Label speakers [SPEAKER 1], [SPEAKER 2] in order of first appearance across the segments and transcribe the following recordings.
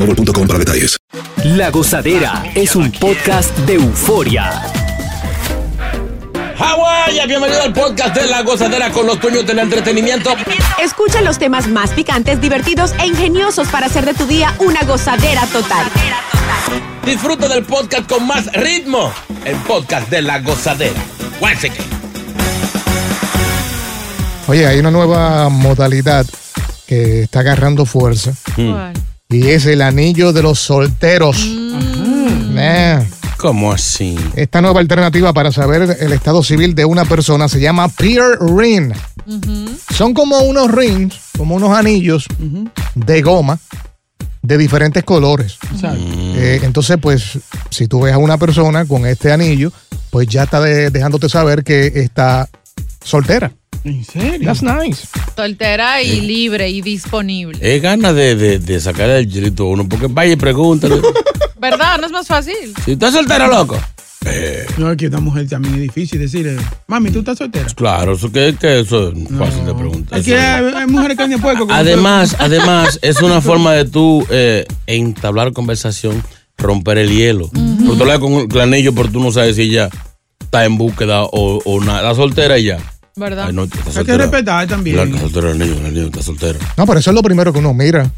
[SPEAKER 1] para detalles.
[SPEAKER 2] La Gozadera es un podcast de euforia.
[SPEAKER 3] Hawái, bienvenido al podcast de La Gozadera con los dueños del entretenimiento.
[SPEAKER 4] Escucha los temas más picantes, divertidos e ingeniosos para hacer de tu día una gozadera total.
[SPEAKER 3] Disfruta del podcast con más ritmo. El podcast de La Gozadera. Guáseque.
[SPEAKER 5] Oye, hay una nueva modalidad que está agarrando fuerza
[SPEAKER 6] Hmm. Mm.
[SPEAKER 5] y es el anillo de los solteros.
[SPEAKER 7] Mm.
[SPEAKER 5] Nah.
[SPEAKER 3] ¿Cómo así?
[SPEAKER 5] Esta nueva alternativa para saber el estado civil de una persona se llama peer ring. Son como unos rings, como unos anillos de goma de diferentes colores. Eh, entonces, pues, si tú ves a una persona con este anillo, pues ya está de- dejándote saber que está soltera.
[SPEAKER 6] ¿En serio?
[SPEAKER 5] That's nice.
[SPEAKER 8] Soltera y libre y disponible.
[SPEAKER 6] Es ganas de, de, de sacar el chilito a uno, porque vaya y pregúntale.
[SPEAKER 8] ¿Verdad? No es más fácil.
[SPEAKER 6] si estás soltero, loco.
[SPEAKER 3] Eh.
[SPEAKER 6] Eh.
[SPEAKER 7] No, es que una mujer también es difícil decirle, mami, tú estás soltera.
[SPEAKER 6] Claro, eso que, que eso es fácil de preguntar.
[SPEAKER 7] Es que
[SPEAKER 6] Eso-
[SPEAKER 7] hay, hay mujeres que han de puerco. como
[SPEAKER 6] Además, además, es una forma de tú eh, entablar conversación, romper el hielo. Porque tú hablas con el anillo, pero tú no sabes si ella está en búsqueda o, o nada. La soltera y ya.
[SPEAKER 8] ¿Verdad?
[SPEAKER 6] Ay, no, está
[SPEAKER 7] que- Hay que
[SPEAKER 6] soltera.
[SPEAKER 7] respetar también.
[SPEAKER 6] La, la soltera, el anillo, el anillo, está soltera.
[SPEAKER 5] No, pero eso es lo primero que uno mira,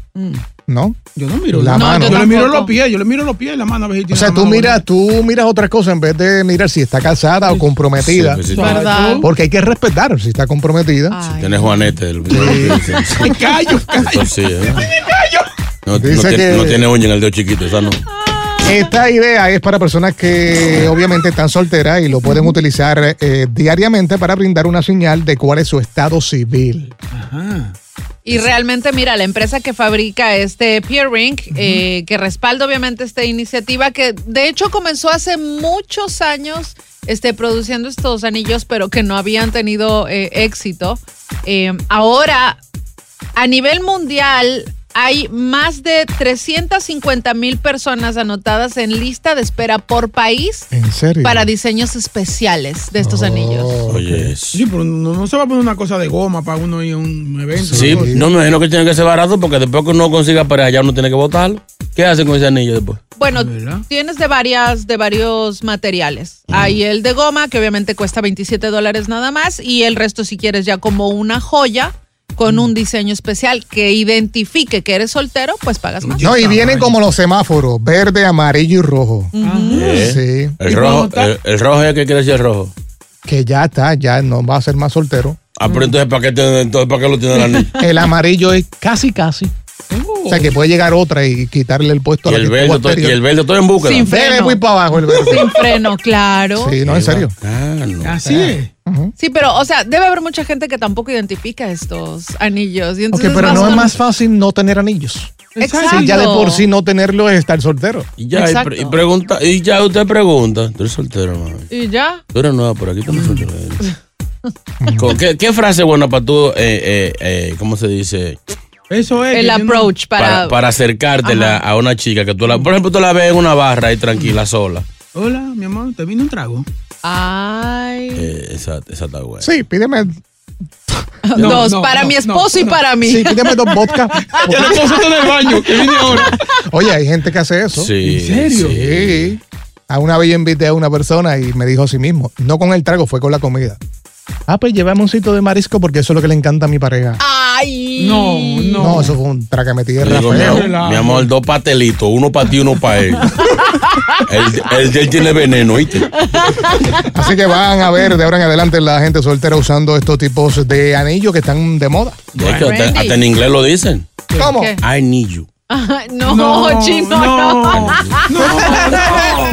[SPEAKER 5] ¿no?
[SPEAKER 7] Mm, Yo no miro
[SPEAKER 5] La
[SPEAKER 7] la
[SPEAKER 5] mano.
[SPEAKER 7] mano. Yo,
[SPEAKER 8] yo
[SPEAKER 7] le miro
[SPEAKER 8] tampoco.
[SPEAKER 7] los pies, yo le miro los pies, la mano a ver si
[SPEAKER 5] O
[SPEAKER 7] tiene
[SPEAKER 5] sea,
[SPEAKER 7] la
[SPEAKER 5] tú
[SPEAKER 7] mano
[SPEAKER 5] miras, tú miras otras cosas en vez de mirar si está casada o comprometida.
[SPEAKER 6] Sí, pues, si
[SPEAKER 7] bonita.
[SPEAKER 6] tienes-
[SPEAKER 8] ¿Verdad?
[SPEAKER 5] Porque hay que respetar si está comprometida.
[SPEAKER 8] Ay.
[SPEAKER 6] Tienes Juanete. El,
[SPEAKER 7] Callo, callo.
[SPEAKER 6] Eso sí, ¿eh? No, no
[SPEAKER 5] Dice
[SPEAKER 6] tiene-
[SPEAKER 5] que-
[SPEAKER 6] no tiene uña en el dedo chiquito, esa no.
[SPEAKER 5] Esta idea es para personas que obviamente están solteras y lo pueden utilizar eh, diariamente para brindar una señal de cuál es su estado civil.
[SPEAKER 8] Y realmente, mira, la empresa que fabrica este Peer Ring, eh, que respalda obviamente esta iniciativa, que de hecho comenzó hace muchos años este, produciendo estos anillos, pero que no habían tenido eh, éxito. Eh, ahora, a nivel mundial, hay más de 350 mil personas anotadas en lista de espera por país
[SPEAKER 5] ¿En serio? Oh.
[SPEAKER 8] para diseños especiales de estos anillos.
[SPEAKER 6] Oye, eso.
[SPEAKER 7] Sí, pero no, no se va a poner una cosa de goma para uno ir a un evento.
[SPEAKER 6] Sí,
[SPEAKER 7] ¿no?
[SPEAKER 6] no me imagino que tiene que ser barato porque después que uno consiga pareja ya uno tiene que botarlo. ¿Qué hacen con ese anillo después?
[SPEAKER 8] Bueno,
[SPEAKER 7] ¿Verdad?
[SPEAKER 8] tienes de varias, de varios materiales. Hay el de goma, que obviamente cuesta 27 dólares nada más, y el resto si quieres ya como una joya con un diseño especial que identifique que eres soltero, pues pagas más.
[SPEAKER 5] No, y vienen como los semáforos, verde, amarillo y rojo.
[SPEAKER 6] ¿Eh?
[SPEAKER 5] Sí.
[SPEAKER 6] El
[SPEAKER 7] ¿Y
[SPEAKER 6] rojo,
[SPEAKER 7] cuando
[SPEAKER 6] el, el rojo es que quiere decir el rojo.
[SPEAKER 5] Que ya está, ya no va a ser más soltero.
[SPEAKER 6] Ah,
[SPEAKER 7] Mm.
[SPEAKER 6] pero entonces ¿para qué, tiene- entonces, ¿para qué lo tiene el anillo?
[SPEAKER 5] El amarillo es casi, casi. O sea, que puede llegar otra y quitarle el puesto
[SPEAKER 6] y
[SPEAKER 5] a la
[SPEAKER 6] el
[SPEAKER 5] que estuvo
[SPEAKER 6] verde, estoy, y
[SPEAKER 5] anterior.
[SPEAKER 6] el verde, estoy en búsqueda.
[SPEAKER 8] Sin-
[SPEAKER 5] Dele
[SPEAKER 8] freno.
[SPEAKER 5] muy para abajo el verde.
[SPEAKER 8] Sin freno, claro. Sí.
[SPEAKER 5] Sí, no, en serio.
[SPEAKER 6] Ah, no.
[SPEAKER 7] Así es.
[SPEAKER 8] pero, o sea, debe haber mucha gente que tampoco identifica estos anillos. Y
[SPEAKER 5] Ok,
[SPEAKER 8] entonces
[SPEAKER 5] pero
[SPEAKER 8] vas
[SPEAKER 5] no es
[SPEAKER 8] con-
[SPEAKER 5] más fácil no tener anillos.
[SPEAKER 8] Exacto.
[SPEAKER 5] Si ya de por sí no tenerlo es estar soltero.
[SPEAKER 6] Y ya, y, pre- y pregunta, y ya usted pregunta. Tú eres soltero, mami.
[SPEAKER 8] Y ya.
[SPEAKER 6] Tú eres nueva por aquí, también soltero. ¿Con ¿Qué, ¿Qué frase buena para tú, eh, eh, eh, cómo se dice?
[SPEAKER 7] Eso es. que
[SPEAKER 8] El
[SPEAKER 7] yo no-
[SPEAKER 8] approach para,
[SPEAKER 6] para, para acercártela a una chica que tú la, por ejemplo, tú la ves en una barra ahí tranquila sola.
[SPEAKER 7] Hola, mi amor, ¿te vino un trago?
[SPEAKER 8] Ay.
[SPEAKER 6] Eh, esa, esa está buena.
[SPEAKER 5] Sí, pídeme,
[SPEAKER 7] no,
[SPEAKER 8] Dos,
[SPEAKER 7] no,
[SPEAKER 8] para
[SPEAKER 7] no,
[SPEAKER 8] mi
[SPEAKER 7] no,
[SPEAKER 8] esposo y
[SPEAKER 7] no.
[SPEAKER 8] para mí.
[SPEAKER 5] sí, pídeme dos vodka.
[SPEAKER 7] Ya la esposa está en el baño, que viene ahora.
[SPEAKER 5] Oye, hay gente que hace eso.
[SPEAKER 7] ¿En
[SPEAKER 6] Sí,
[SPEAKER 7] serio?
[SPEAKER 6] sí.
[SPEAKER 5] Sí. A una vez yo invité a una persona y me dijo a sí mismo, no con el trago, fue con la comida. Ah, pues llévame un sitio de marisco porque eso es lo que le encanta a mi pareja.
[SPEAKER 8] Ah,
[SPEAKER 9] Ay.
[SPEAKER 7] No, no.
[SPEAKER 5] No, eso fue un trácame
[SPEAKER 6] Le
[SPEAKER 5] tierra
[SPEAKER 6] digo,
[SPEAKER 5] feo.
[SPEAKER 6] mi, am- mi amor, dos patelitos, uno para ti, uno para él. el, el de él tiene veneno, ¿oíste?
[SPEAKER 5] Así que van a ver de ahora en adelante la gente soltera usando estos tipos de anillos que están de moda.
[SPEAKER 6] De hecho, hasta,
[SPEAKER 8] Randy.
[SPEAKER 6] hasta en inglés lo dicen.
[SPEAKER 5] ¿Cómo?
[SPEAKER 8] ¿Qué?
[SPEAKER 6] I need you.
[SPEAKER 8] No,
[SPEAKER 7] No,
[SPEAKER 8] chino,
[SPEAKER 7] no.
[SPEAKER 8] no.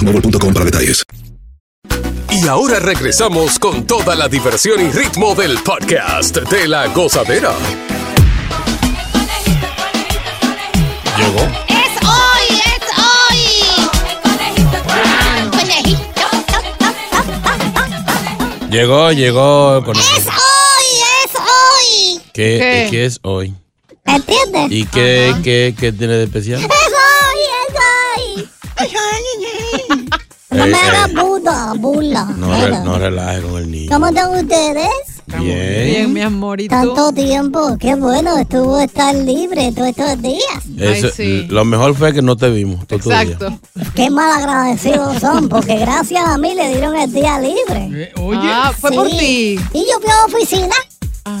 [SPEAKER 1] para detalles.
[SPEAKER 10] Y ahora regresamos con toda la diversión y ritmo del podcast de la gozadera.
[SPEAKER 6] Llegó.
[SPEAKER 9] Es hoy, es hoy. Conejito.
[SPEAKER 6] Llegó, llegó. Con
[SPEAKER 9] Es hoy, es hoy.
[SPEAKER 6] ¿Qué,
[SPEAKER 8] ¿Qué?
[SPEAKER 6] ¿Qué es hoy?
[SPEAKER 9] ¿Me entiendes?
[SPEAKER 6] ¿Y qué, qué, qué tiene de especial? Eh,
[SPEAKER 9] Es hoy, es hoy. No
[SPEAKER 6] Ey,
[SPEAKER 9] me hagas
[SPEAKER 6] ey.
[SPEAKER 9] burla, burla.
[SPEAKER 6] No, re- no relaje con el niño. ¿Eh?
[SPEAKER 9] ¿Cómo están ustedes?
[SPEAKER 6] Bien.
[SPEAKER 8] Bien, mi amorito.
[SPEAKER 9] Tanto tiempo, qué bueno estuvo estar libre todos estos días.
[SPEAKER 6] Eso-
[SPEAKER 8] Ay, sí.
[SPEAKER 6] Lo mejor fue que no te vimos. todo tu día.
[SPEAKER 8] Exacto.
[SPEAKER 9] Qué mal agradecidos son, porque gracias a mí le dieron el día libre.
[SPEAKER 7] Eh, Oye,
[SPEAKER 8] Ah, fue por
[SPEAKER 9] Sí.
[SPEAKER 8] ti.
[SPEAKER 9] Y yo fui a la oficina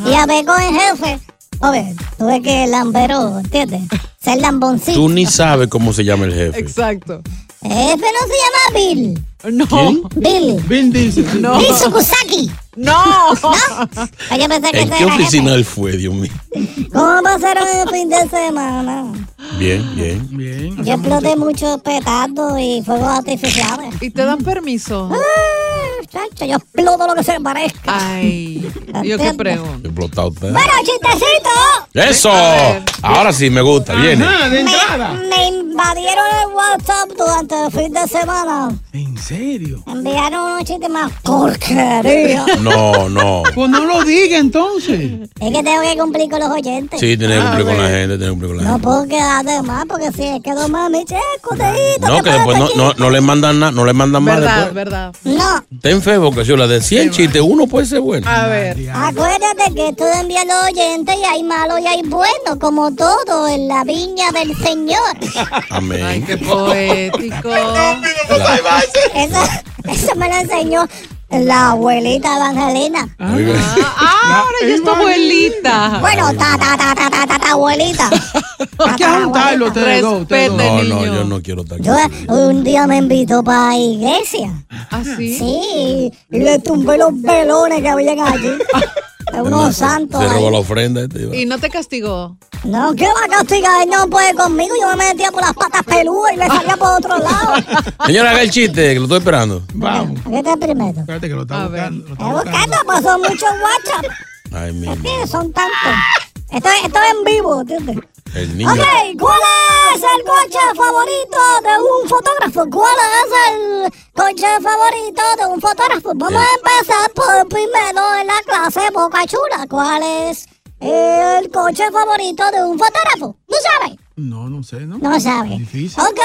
[SPEAKER 9] y hablé con el jefe. Oye, tuve que lambero, ¿entiendes? Ser lamboncito.
[SPEAKER 6] Tú ni sabes cómo se llama el jefe.
[SPEAKER 8] Exacto.
[SPEAKER 9] El jefe no se llama Bill.
[SPEAKER 8] No.
[SPEAKER 6] ¿Quién?
[SPEAKER 9] Bill.
[SPEAKER 7] Vin Diesel. sí.
[SPEAKER 8] No.
[SPEAKER 9] Bill Sukusaki.
[SPEAKER 8] No.
[SPEAKER 9] Hay que pensar que
[SPEAKER 6] ¿En
[SPEAKER 9] ese
[SPEAKER 6] qué
[SPEAKER 9] era jefe.
[SPEAKER 6] oficina él fue, Dios mío?
[SPEAKER 9] ¿Cómo pasaron el fin de semana?
[SPEAKER 6] Bien, bien.
[SPEAKER 7] Bien.
[SPEAKER 9] Yo exploté muchos petardos y fuegos artificiales.
[SPEAKER 8] ¿Y te dan permiso?
[SPEAKER 9] Ah, chacho, yo exploto lo que se me parezca.
[SPEAKER 8] Ay. Yo qué pregunto.
[SPEAKER 6] Explotado usted.
[SPEAKER 9] Bueno, chistecito.
[SPEAKER 6] ¡Eso! Ahora sí me gusta, viene.
[SPEAKER 7] Ah, de
[SPEAKER 9] Me,
[SPEAKER 7] entrada.
[SPEAKER 9] me invadieron el WhatsApp durante el fin de semana.
[SPEAKER 7] ¿En serio?
[SPEAKER 9] Enviaron unos chistes más porquería.
[SPEAKER 6] No, no.
[SPEAKER 7] Pues no lo diga entonces. Ah,
[SPEAKER 9] es que tengo que cumplir con los oyentes.
[SPEAKER 6] Sí, tiene que cumplir con la gente, tiene que cumplir con la
[SPEAKER 9] No
[SPEAKER 6] gente.
[SPEAKER 9] puedo quedar de más porque si es que no mami, che,
[SPEAKER 6] No,
[SPEAKER 9] escudito.
[SPEAKER 6] que
[SPEAKER 9] ¿qué pasa
[SPEAKER 6] después no,
[SPEAKER 9] aquí?
[SPEAKER 6] no, no le mandan nada, no le mandan más
[SPEAKER 8] Verdad,
[SPEAKER 6] después.
[SPEAKER 8] verdad.
[SPEAKER 9] No,
[SPEAKER 6] Ten fe, porque si la de 100 chistes, uno puede ser bueno.
[SPEAKER 8] A ver.
[SPEAKER 9] acuérdate que tú envías los oyentes y hay malos y hay buenos, como todo en la viña del Señor.
[SPEAKER 8] Ay,
[SPEAKER 6] Amén.
[SPEAKER 8] qué poético.
[SPEAKER 9] eso, eso me lo enseñó la abuelita Evangelina.
[SPEAKER 6] Oiga,
[SPEAKER 8] Ah, ahora ya es tu abuelita.
[SPEAKER 9] Bueno, ta, ta, ta, ta, ta, ta, ta, abuelita.
[SPEAKER 7] Hay que juntarlo ustedes dos. ustedes dos.
[SPEAKER 8] Respete.
[SPEAKER 6] Oh, No, no,
[SPEAKER 8] niño.
[SPEAKER 6] yo no quiero estar aquí.
[SPEAKER 9] Yo un día me invitó para la iglesia.
[SPEAKER 8] Así.
[SPEAKER 9] Sí, y le tumbé los velones que habían allí. De unos santos.
[SPEAKER 6] Se robó
[SPEAKER 9] ahí.
[SPEAKER 6] la ofrenda. este, va.
[SPEAKER 8] Y no te castigó.
[SPEAKER 9] No, ¿qué va a castigar? Él no puede conmigo. Yo me metía por las patas peludas y me salía por otro lado.
[SPEAKER 6] Señora, haga el chiste, que lo estoy esperando.
[SPEAKER 7] Vamos.
[SPEAKER 9] ¿Qué está primero?
[SPEAKER 7] Espérate que lo está
[SPEAKER 8] A ver.
[SPEAKER 7] buscando. Lo está
[SPEAKER 9] Estoy buscando,
[SPEAKER 7] buscando.
[SPEAKER 9] pues son muchos WhatsApp.
[SPEAKER 6] Ay, mi
[SPEAKER 9] Es
[SPEAKER 6] madre.
[SPEAKER 9] que son tantos. Esto, es- esto es en vivo, ¿entiendes?
[SPEAKER 6] El niño.
[SPEAKER 9] Ok, ¿cuál es el coche favorito de un fotógrafo? ¿Cuál es el coche favorito de un fotógrafo? Vamos
[SPEAKER 6] Eh.
[SPEAKER 9] a empezar por primero en la clase Boca Chula. ¿Cuál es el coche favorito de un fotógrafo? ¿Tú sabes?
[SPEAKER 7] No, no sé, ¿no?
[SPEAKER 9] No sabes.
[SPEAKER 7] Difícil.
[SPEAKER 9] Ok,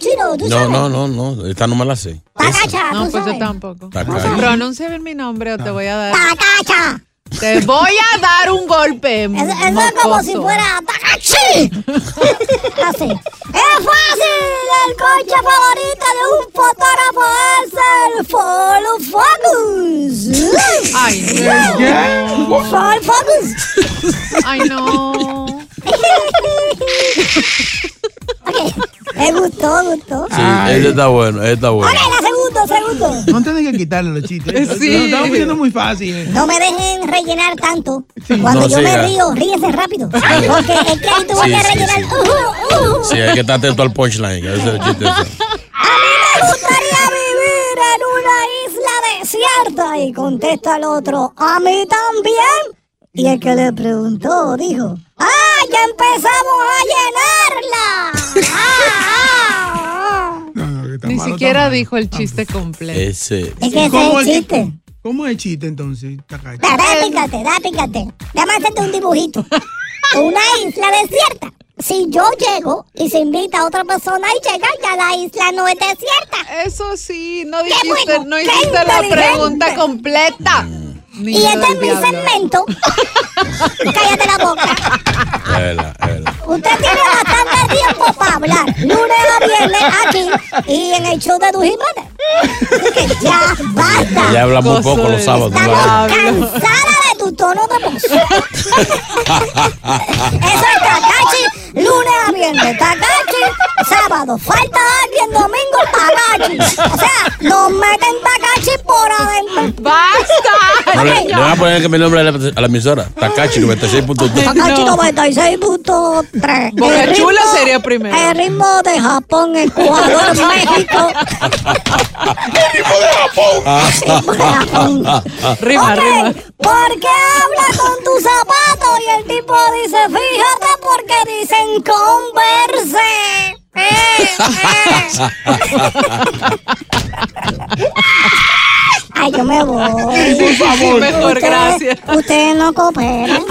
[SPEAKER 9] chino, ¿tú
[SPEAKER 6] No,
[SPEAKER 9] sabes?
[SPEAKER 6] no, no, no. Esta no me la sé.
[SPEAKER 9] Tacacha,
[SPEAKER 8] No,
[SPEAKER 9] ¿tú
[SPEAKER 8] pues yo
[SPEAKER 9] sabes?
[SPEAKER 8] tampoco.
[SPEAKER 6] Tacacha.
[SPEAKER 8] Pronuncia bien mi nombre
[SPEAKER 7] Ah.
[SPEAKER 8] o te voy a dar.
[SPEAKER 9] Tacacha.
[SPEAKER 8] Te voy a dar un golpe.
[SPEAKER 9] Eso, eso es como
[SPEAKER 8] mocoso.
[SPEAKER 9] si fuera Tacachi. Así. Es fácil. El coche favorito de un fotógrafo es el Ford Focus.
[SPEAKER 8] Ay, no.
[SPEAKER 9] Ford Focus.
[SPEAKER 8] Ay, no.
[SPEAKER 6] Sí, ese está bueno, ese está bueno.
[SPEAKER 9] segundo, segundo.
[SPEAKER 7] No tienen que quitarle los chistes.
[SPEAKER 9] Sí.
[SPEAKER 7] Lo estamos viendo muy fácil. eh.
[SPEAKER 9] No me dejen rellenar tanto. Cuando
[SPEAKER 6] No,
[SPEAKER 9] yo me
[SPEAKER 6] siga.
[SPEAKER 9] río, ríese rápido. Porque es que ahí tú vas
[SPEAKER 6] Sí,
[SPEAKER 9] a
[SPEAKER 6] sí,
[SPEAKER 9] rellenar.
[SPEAKER 6] sí. Sí, hay que estar atento al punchline. que ese es el chiste ese.
[SPEAKER 9] Me gustaría vivir en una isla desierta. Y contesta el otro, a mí también. Y el que le preguntó dijo, ¡ah, ya empezamos a llenarla!
[SPEAKER 8] Ni siquiera dijo el chiste completo.
[SPEAKER 6] Ese.
[SPEAKER 9] Es que ese es el chiste.
[SPEAKER 7] ¿Cómo es el chiste entonces? Takashi?
[SPEAKER 9] Da, da, pícate, da, pícate. Déjame hacerte un dibujito. Una isla desierta. Si yo llego y se invita a otra persona y llega, ya la isla no es desierta.
[SPEAKER 8] Eso sí, no
[SPEAKER 9] Qué
[SPEAKER 8] dijiste,
[SPEAKER 9] bueno,
[SPEAKER 8] no
[SPEAKER 9] qué
[SPEAKER 8] hiciste la
[SPEAKER 9] inteligente.
[SPEAKER 8] pregunta completa.
[SPEAKER 9] Y este es mi segmento. Cállate la boca. Usted tiene bastante tiempo para hablar. Lunes a viernes aquí y en el show de Dujín Ya basta.
[SPEAKER 6] Ella habla muy poco los sábados. ¿verdad?
[SPEAKER 9] Cansada de tu tono de voz. Eso es Takachi, lunes a viernes, Takachi, sábado, falta alguien, domingo, Takachi. O sea, nos meten Takachi por adentro.
[SPEAKER 8] ¡Basta!
[SPEAKER 6] No, le, le van a poner que mi nombre a la, a la emisora. Takachi 96.3.
[SPEAKER 9] Takachi 96.3.
[SPEAKER 8] Boca
[SPEAKER 9] El
[SPEAKER 8] Chula
[SPEAKER 9] ritmo-
[SPEAKER 8] sería primero.
[SPEAKER 9] El ritmo de Japón, Ecuador, México.
[SPEAKER 8] Rima,
[SPEAKER 9] Ok,
[SPEAKER 8] rima.
[SPEAKER 9] ¿Por qué habla con tus zapatos? Y el tipo dice, fíjate porque dicen converse. Ay, yo me voy.
[SPEAKER 8] Por favor. Mejor,
[SPEAKER 9] Ustedes-
[SPEAKER 8] gracias.
[SPEAKER 9] Ustedes no cooperan.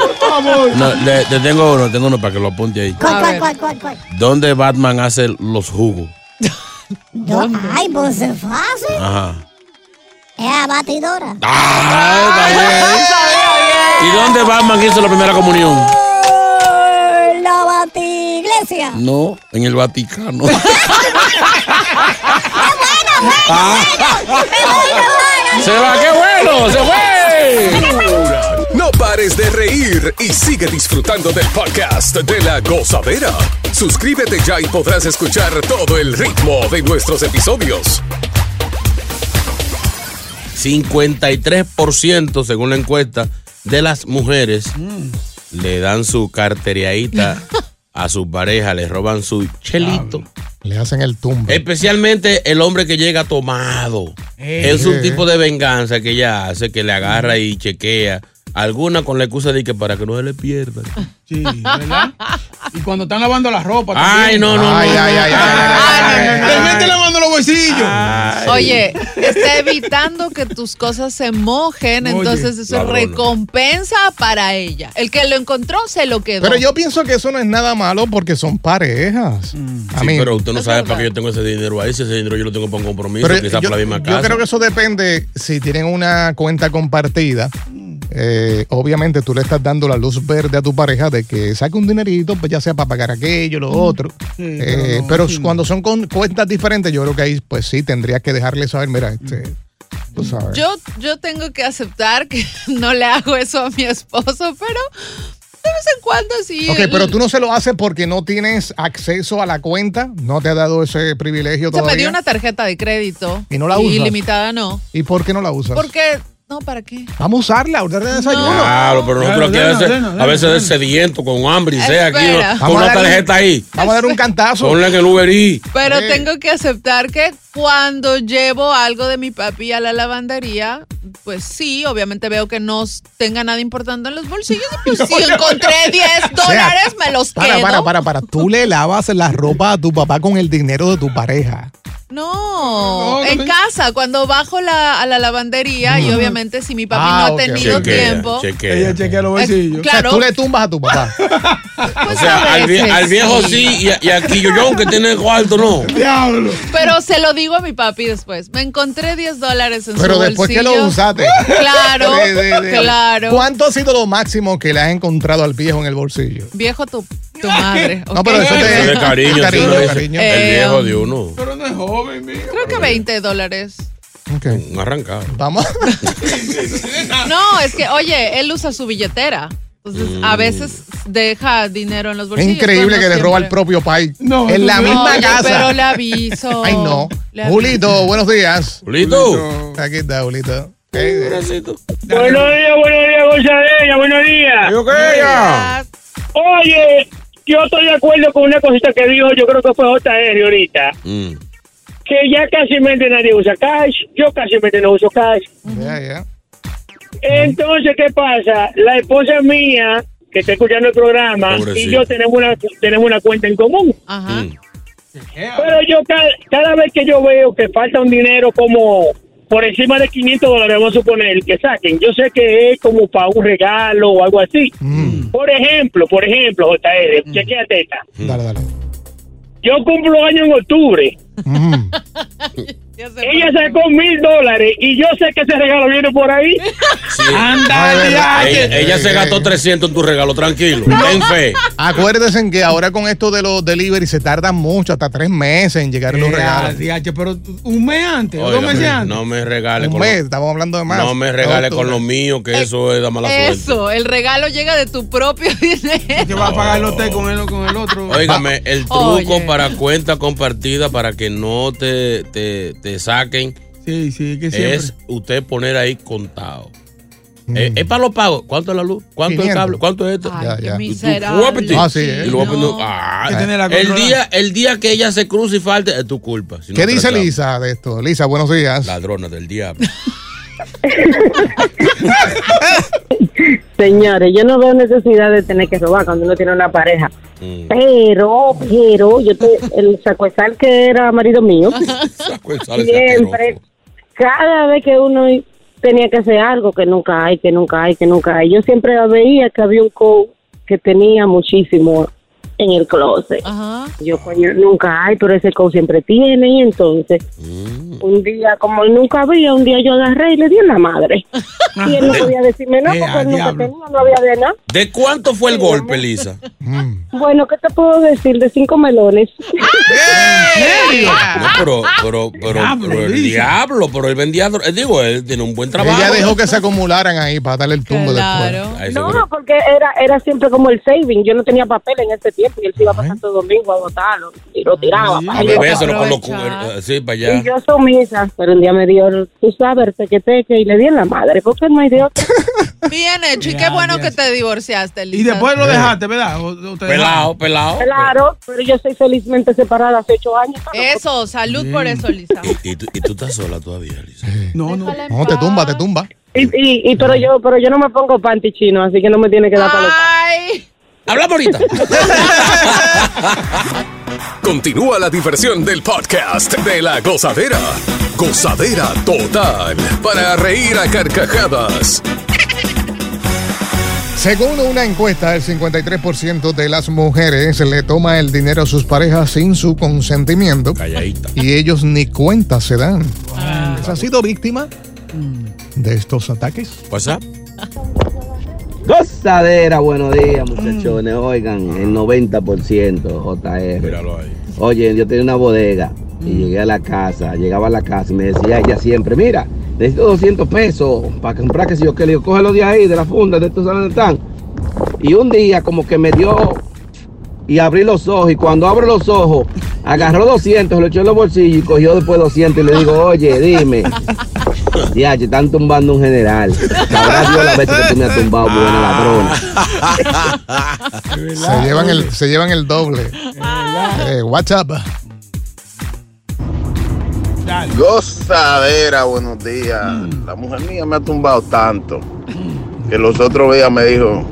[SPEAKER 6] No, le, le tengo uno, tengo uno para que lo apunte ahí.
[SPEAKER 9] ¿Cuál, cuál, cuál, cuál, cuál?
[SPEAKER 6] ¿Dónde Batman hace los jugos?
[SPEAKER 9] Yo- ay, pues es fácil.
[SPEAKER 6] Ajá.
[SPEAKER 9] Es abatidora.
[SPEAKER 6] Ah, está bien. ¿Y dónde Batman hizo la primera comunión?
[SPEAKER 9] La batiglesia.
[SPEAKER 6] No, en el Vaticano.
[SPEAKER 10] Ah. ¡Se va! ¡Qué bueno! ¡Se fue! No pares de reír y sigue disfrutando del podcast de la gozadera. Suscríbete ya y podrás escuchar todo el ritmo de nuestros episodios.
[SPEAKER 6] 53% según la encuesta de las mujeres le dan su carteriadita a su pareja, le roban su chelito.
[SPEAKER 5] Le hacen el tumbe.
[SPEAKER 6] Especialmente el hombre que llega tomado.
[SPEAKER 5] Eh.
[SPEAKER 6] Es un tipo de venganza que ella hace, que le agarra y chequea. Alguna con la excusa de que para que no se le pierda.
[SPEAKER 7] Sí, ¿verdad? Y cuando están lavando la ropa.
[SPEAKER 6] Ay,
[SPEAKER 7] también.
[SPEAKER 6] no, no, no. no, no.
[SPEAKER 7] Le mete la mano en los bolsillos.
[SPEAKER 8] Oye, está evitando que tus cosas se mojen,
[SPEAKER 5] Oye,
[SPEAKER 8] entonces eso es
[SPEAKER 5] ladrona.
[SPEAKER 8] recompensa para ella. El que lo encontró se lo quedó.
[SPEAKER 5] Pero yo pienso que eso no es nada malo porque son parejas. a
[SPEAKER 6] Mm. Sí,
[SPEAKER 5] mí.
[SPEAKER 6] pero usted no sabe para qué yo tengo ese dinero ahí. Si ese dinero yo lo tengo para un compromiso,
[SPEAKER 5] Pero
[SPEAKER 6] quizás
[SPEAKER 5] yo,
[SPEAKER 6] para la misma
[SPEAKER 5] yo
[SPEAKER 6] casa.
[SPEAKER 5] creo que eso depende si tienen una cuenta compartida. eh, obviamente tú le estás dando la luz verde a tu pareja de que saque un dinerito, pues ya sea para pagar aquello,
[SPEAKER 8] Mm.
[SPEAKER 5] lo otro. Eh, pero cuando son con cuentas diferentes, yo creo que ahí pues sí tendrías que dejarle saber, mira, este, tú sabes.
[SPEAKER 8] Mm. Yo, yo tengo que aceptar que no le hago eso a mi esposo, pero de vez en cuando sí.
[SPEAKER 5] Ok, pero tú no se lo haces porque no tienes acceso a la cuenta, no te ha dado ese privilegio
[SPEAKER 8] Se
[SPEAKER 5] todavía.
[SPEAKER 8] me dio una tarjeta de crédito.
[SPEAKER 5] ¿Y no la usas?
[SPEAKER 8] Ilimitada no.
[SPEAKER 5] ¿Y por qué no la usas?
[SPEAKER 8] Porque, no, ¿para qué?
[SPEAKER 5] Vamos a usarla, orden de desayuno.
[SPEAKER 6] Claro, pero nosotros aquí a
[SPEAKER 5] Claro,
[SPEAKER 6] veces,
[SPEAKER 5] ordena, ordena,
[SPEAKER 6] a veces de sediento, con hambre y sea aquí,
[SPEAKER 8] Espera.
[SPEAKER 6] con
[SPEAKER 5] Vamos a
[SPEAKER 6] una
[SPEAKER 5] darle-
[SPEAKER 6] tarjeta ahí.
[SPEAKER 5] Vamos a dar un cantazo.
[SPEAKER 6] Ponle en el Uber Eats.
[SPEAKER 8] Pero
[SPEAKER 5] Sí.
[SPEAKER 8] tengo que aceptar que cuando llevo algo de mi papi a la lavandería, pues sí, obviamente veo que no s- tenga nada importante en los bolsillos. y Pues si encontré 10 dólares, me los
[SPEAKER 5] Para,
[SPEAKER 8] quedo.
[SPEAKER 5] para, para, para. Tú le lavas la ropa a tu papá con el dinero de tu pareja.
[SPEAKER 8] No, en casa, cuando bajo la, a la lavandería, y obviamente si mi papi
[SPEAKER 5] Mm. Ah,
[SPEAKER 8] no ha
[SPEAKER 5] ok, ok.
[SPEAKER 8] tenido tiempo,
[SPEAKER 7] Ella chequea los
[SPEAKER 8] Eh,
[SPEAKER 7] bolsillos.
[SPEAKER 8] claro.
[SPEAKER 5] Tú le tumbas a tu papá.
[SPEAKER 6] O sea, al, vie- al viejo sí y, a- y aquí yo, yo, que tiene cuarto, no.
[SPEAKER 7] Diablo.
[SPEAKER 8] pero se lo digo a mi papi después. Me encontré 10 dólares en
[SPEAKER 5] Pero
[SPEAKER 8] su
[SPEAKER 5] después que
[SPEAKER 8] bolsillo.
[SPEAKER 5] lo usaste.
[SPEAKER 8] Claro,
[SPEAKER 5] De- de- de-
[SPEAKER 8] claro.
[SPEAKER 5] ¿Cuánto ha sido lo máximo que le has encontrado al viejo en el bolsillo?
[SPEAKER 8] Viejo tu, tu madre.
[SPEAKER 5] No, pero
[SPEAKER 8] ¿ok?
[SPEAKER 5] eso te-
[SPEAKER 6] Eso es cariño, sí,
[SPEAKER 5] Cariño,
[SPEAKER 6] uno dice,
[SPEAKER 5] cariño.
[SPEAKER 6] El
[SPEAKER 8] Eh,
[SPEAKER 6] viejo de uno.
[SPEAKER 7] Pero no es joven, mira.
[SPEAKER 8] Creo que 20 dólares.
[SPEAKER 6] Un arrancado.
[SPEAKER 5] Vamos.
[SPEAKER 8] No, es que, oye, él usa su billetera. Entonces, a veces deja dinero en los
[SPEAKER 5] Mm. Es
[SPEAKER 8] bolsillos.
[SPEAKER 5] increíble
[SPEAKER 8] Bueno,
[SPEAKER 5] que le roba el
[SPEAKER 8] siempre.
[SPEAKER 5] propio país.
[SPEAKER 8] No,
[SPEAKER 5] en la
[SPEAKER 8] no,
[SPEAKER 5] misma
[SPEAKER 8] yo-
[SPEAKER 5] casa.
[SPEAKER 8] Pero le aviso.
[SPEAKER 5] Ay, no.
[SPEAKER 8] Le aviso.
[SPEAKER 5] Julito, buenos días.
[SPEAKER 6] Julito.
[SPEAKER 5] Aquí está, Julito.
[SPEAKER 11] Buenos
[SPEAKER 5] Buenos
[SPEAKER 11] días, buenos días, González, buenos días. Oye, yo estoy de acuerdo con una cosita que dijo, yo creo que fue JR ahorita,
[SPEAKER 5] Mm.
[SPEAKER 11] que ya casi mente nadie usa cash, yo casi mente no uso cash.
[SPEAKER 5] Ya, ya.
[SPEAKER 11] Entonces, ¿qué pasa? La esposa mía, que está escuchando el programa,
[SPEAKER 12] Pobrecita.
[SPEAKER 11] y yo tenemos una, tenemos una cuenta en común.
[SPEAKER 8] Ajá.
[SPEAKER 11] Pero yo ca- cada, vez que yo veo que falta un dinero como por encima de 500 dólares, vamos a suponer que saquen, yo sé que es como para un regalo o algo así.
[SPEAKER 5] Mm.
[SPEAKER 11] Por ejemplo, por ejemplo, JR, chequéate esta.
[SPEAKER 5] Dale, dale.
[SPEAKER 11] Yo cumplo año en octubre. Ella sacó mil dólares y yo sé que ese regalo viene por ahí.
[SPEAKER 6] Anda,
[SPEAKER 11] ya.
[SPEAKER 6] Ella, ella se
[SPEAKER 5] Eh.
[SPEAKER 6] gastó 300 en tu regalo, tranquilo. Ten fe.
[SPEAKER 5] Acuérdense en que ahora con esto de los delivery se tardan mucho, hasta tres meses en llegar los regalos.
[SPEAKER 7] pero un mes antes,
[SPEAKER 6] Oiga,
[SPEAKER 7] dos meses antes.
[SPEAKER 6] no me regales
[SPEAKER 5] Un
[SPEAKER 6] con, lo-
[SPEAKER 5] mes, estamos hablando de más.
[SPEAKER 6] no me regales con lo
[SPEAKER 5] los
[SPEAKER 6] mío, que eso es da mala suerte.
[SPEAKER 8] Eso, el regalo llega de tu propio dinero.
[SPEAKER 7] Que va a pagar el hotel con el, con el otro.
[SPEAKER 6] Óigame, el truco
[SPEAKER 8] Oye.
[SPEAKER 6] para cuenta compartida para que no te, te, te saquen
[SPEAKER 7] Sí, sí, que siempre.
[SPEAKER 6] es usted poner ahí contado.
[SPEAKER 5] Mm.
[SPEAKER 6] Eh, Es, para los pagos. ¿Cuánto es la luz? ¿Cuánto es el
[SPEAKER 7] 500.
[SPEAKER 6] cable? ¿Cuánto es esto?
[SPEAKER 7] Ay, qué
[SPEAKER 6] Y tú,
[SPEAKER 7] miserable.
[SPEAKER 6] guapete.
[SPEAKER 5] Ah, sí, eh.
[SPEAKER 6] Y lo voy
[SPEAKER 5] No.
[SPEAKER 6] poniendo- Ah,
[SPEAKER 5] Que tenerla
[SPEAKER 6] el,
[SPEAKER 5] controlada.
[SPEAKER 6] día, el día que ella se cruce y falte es tu culpa. si no
[SPEAKER 5] ¿Qué
[SPEAKER 6] te
[SPEAKER 5] dice
[SPEAKER 6] reclamo.
[SPEAKER 5] Lisa de esto? Lisa, buenos días.
[SPEAKER 6] Ladrona del diablo.
[SPEAKER 13] Señores, yo no veo necesidad de tener que robar cuando uno tiene una pareja.
[SPEAKER 6] Mm.
[SPEAKER 13] Pero, pero, yo te, el sacuesal que era marido mío, siempre, cada vez que uno i- tenía que hacer algo que nunca hay, que nunca hay, que nunca hay, yo siempre veía que había un coat que tenía muchísimo en el closet. Yo, coño, nunca hay, pero ese coat siempre tiene. Y entonces,
[SPEAKER 6] Mm.
[SPEAKER 13] un día, como él nunca había, un día yo agarré y le di en la madre. y él no podía decirme nada
[SPEAKER 6] Eh,
[SPEAKER 5] Ah,
[SPEAKER 13] porque
[SPEAKER 6] a
[SPEAKER 13] él nunca
[SPEAKER 6] diablo.
[SPEAKER 13] tenía, no había de nada.
[SPEAKER 6] ¿De cuánto fue el golpe, Lisa?
[SPEAKER 13] Bueno, ¿qué te puedo decir? De cinco melones.
[SPEAKER 6] No, Ah, pero, pero, pero, pero el diablo, pero él vendía. dro- eh, Digo, él tiene un buen trabajo.
[SPEAKER 5] Ella dejó que se acumularan ahí para darle el tumbo después.
[SPEAKER 6] Ay,
[SPEAKER 13] No,
[SPEAKER 6] seguro.
[SPEAKER 13] porque era era siempre como el saving. Yo no tenía papel en ese tiempo y él se iba a pasar todo domingo a botarlo y lo tiraba.
[SPEAKER 6] A bebéselo con los cu- eh, Sí, para allá.
[SPEAKER 13] Y yo sumisa, pero un día me dio, tú sabes, que teque y le di en la madre, porque no hay de otra.
[SPEAKER 8] Ah, Bien hecho. Y qué bueno que te divorciaste, Lisa.
[SPEAKER 7] Y después lo dejaste, ¿verdad? O- o te
[SPEAKER 6] Pelado, pelado.
[SPEAKER 13] Claro, pero yo soy felizmente separada hace ocho años.
[SPEAKER 8] Eso, salud por eso, Lisa.
[SPEAKER 6] Y tú, y tú estás sola todavía, Lisa.
[SPEAKER 7] No, no.
[SPEAKER 5] No, te tumba, te tumba.
[SPEAKER 13] Y, y, y- pero yo pero yo no me pongo panty chino, así que no me tiene que dar palo.
[SPEAKER 8] Ay.
[SPEAKER 6] Hablamos ahorita.
[SPEAKER 10] Continúa la diversión del podcast de la gozadera. Gozadera total. Para reír a carcajadas.
[SPEAKER 5] Según una encuesta, el 53% de las mujeres le toma el dinero a sus parejas sin su consentimiento. Y ellos ni cuenta se dan. ¿Has sido víctima de estos ataques?
[SPEAKER 6] WhatsApp.
[SPEAKER 14] Gozadera, buenos días, muchachones. Oigan, el 90% JR. Oye, yo tenía una bodega y llegué a la casa, llegaba a la casa y me decía ella siempre, mira, necesito 200 pesos para comprar que si yo que le digo, cógelo de ahí, de la funda, de estos salones están. Y un día como que me dio y abrí los ojos y cuando abro los ojos, agarró 200, lo echó en los bolsillos y cogió después 200 y le digo, oye, dime. Ya, te están tumbando un general. Sabrá Dios la vez que tú me has tumbado, buena ladrona.
[SPEAKER 5] Se llevan el, se llevan el doble. Eh, WhatsApp.
[SPEAKER 15] Gozadera, buenos días.
[SPEAKER 6] Mm.
[SPEAKER 15] La mujer mía me ha tumbado tanto que los otros días me dijo,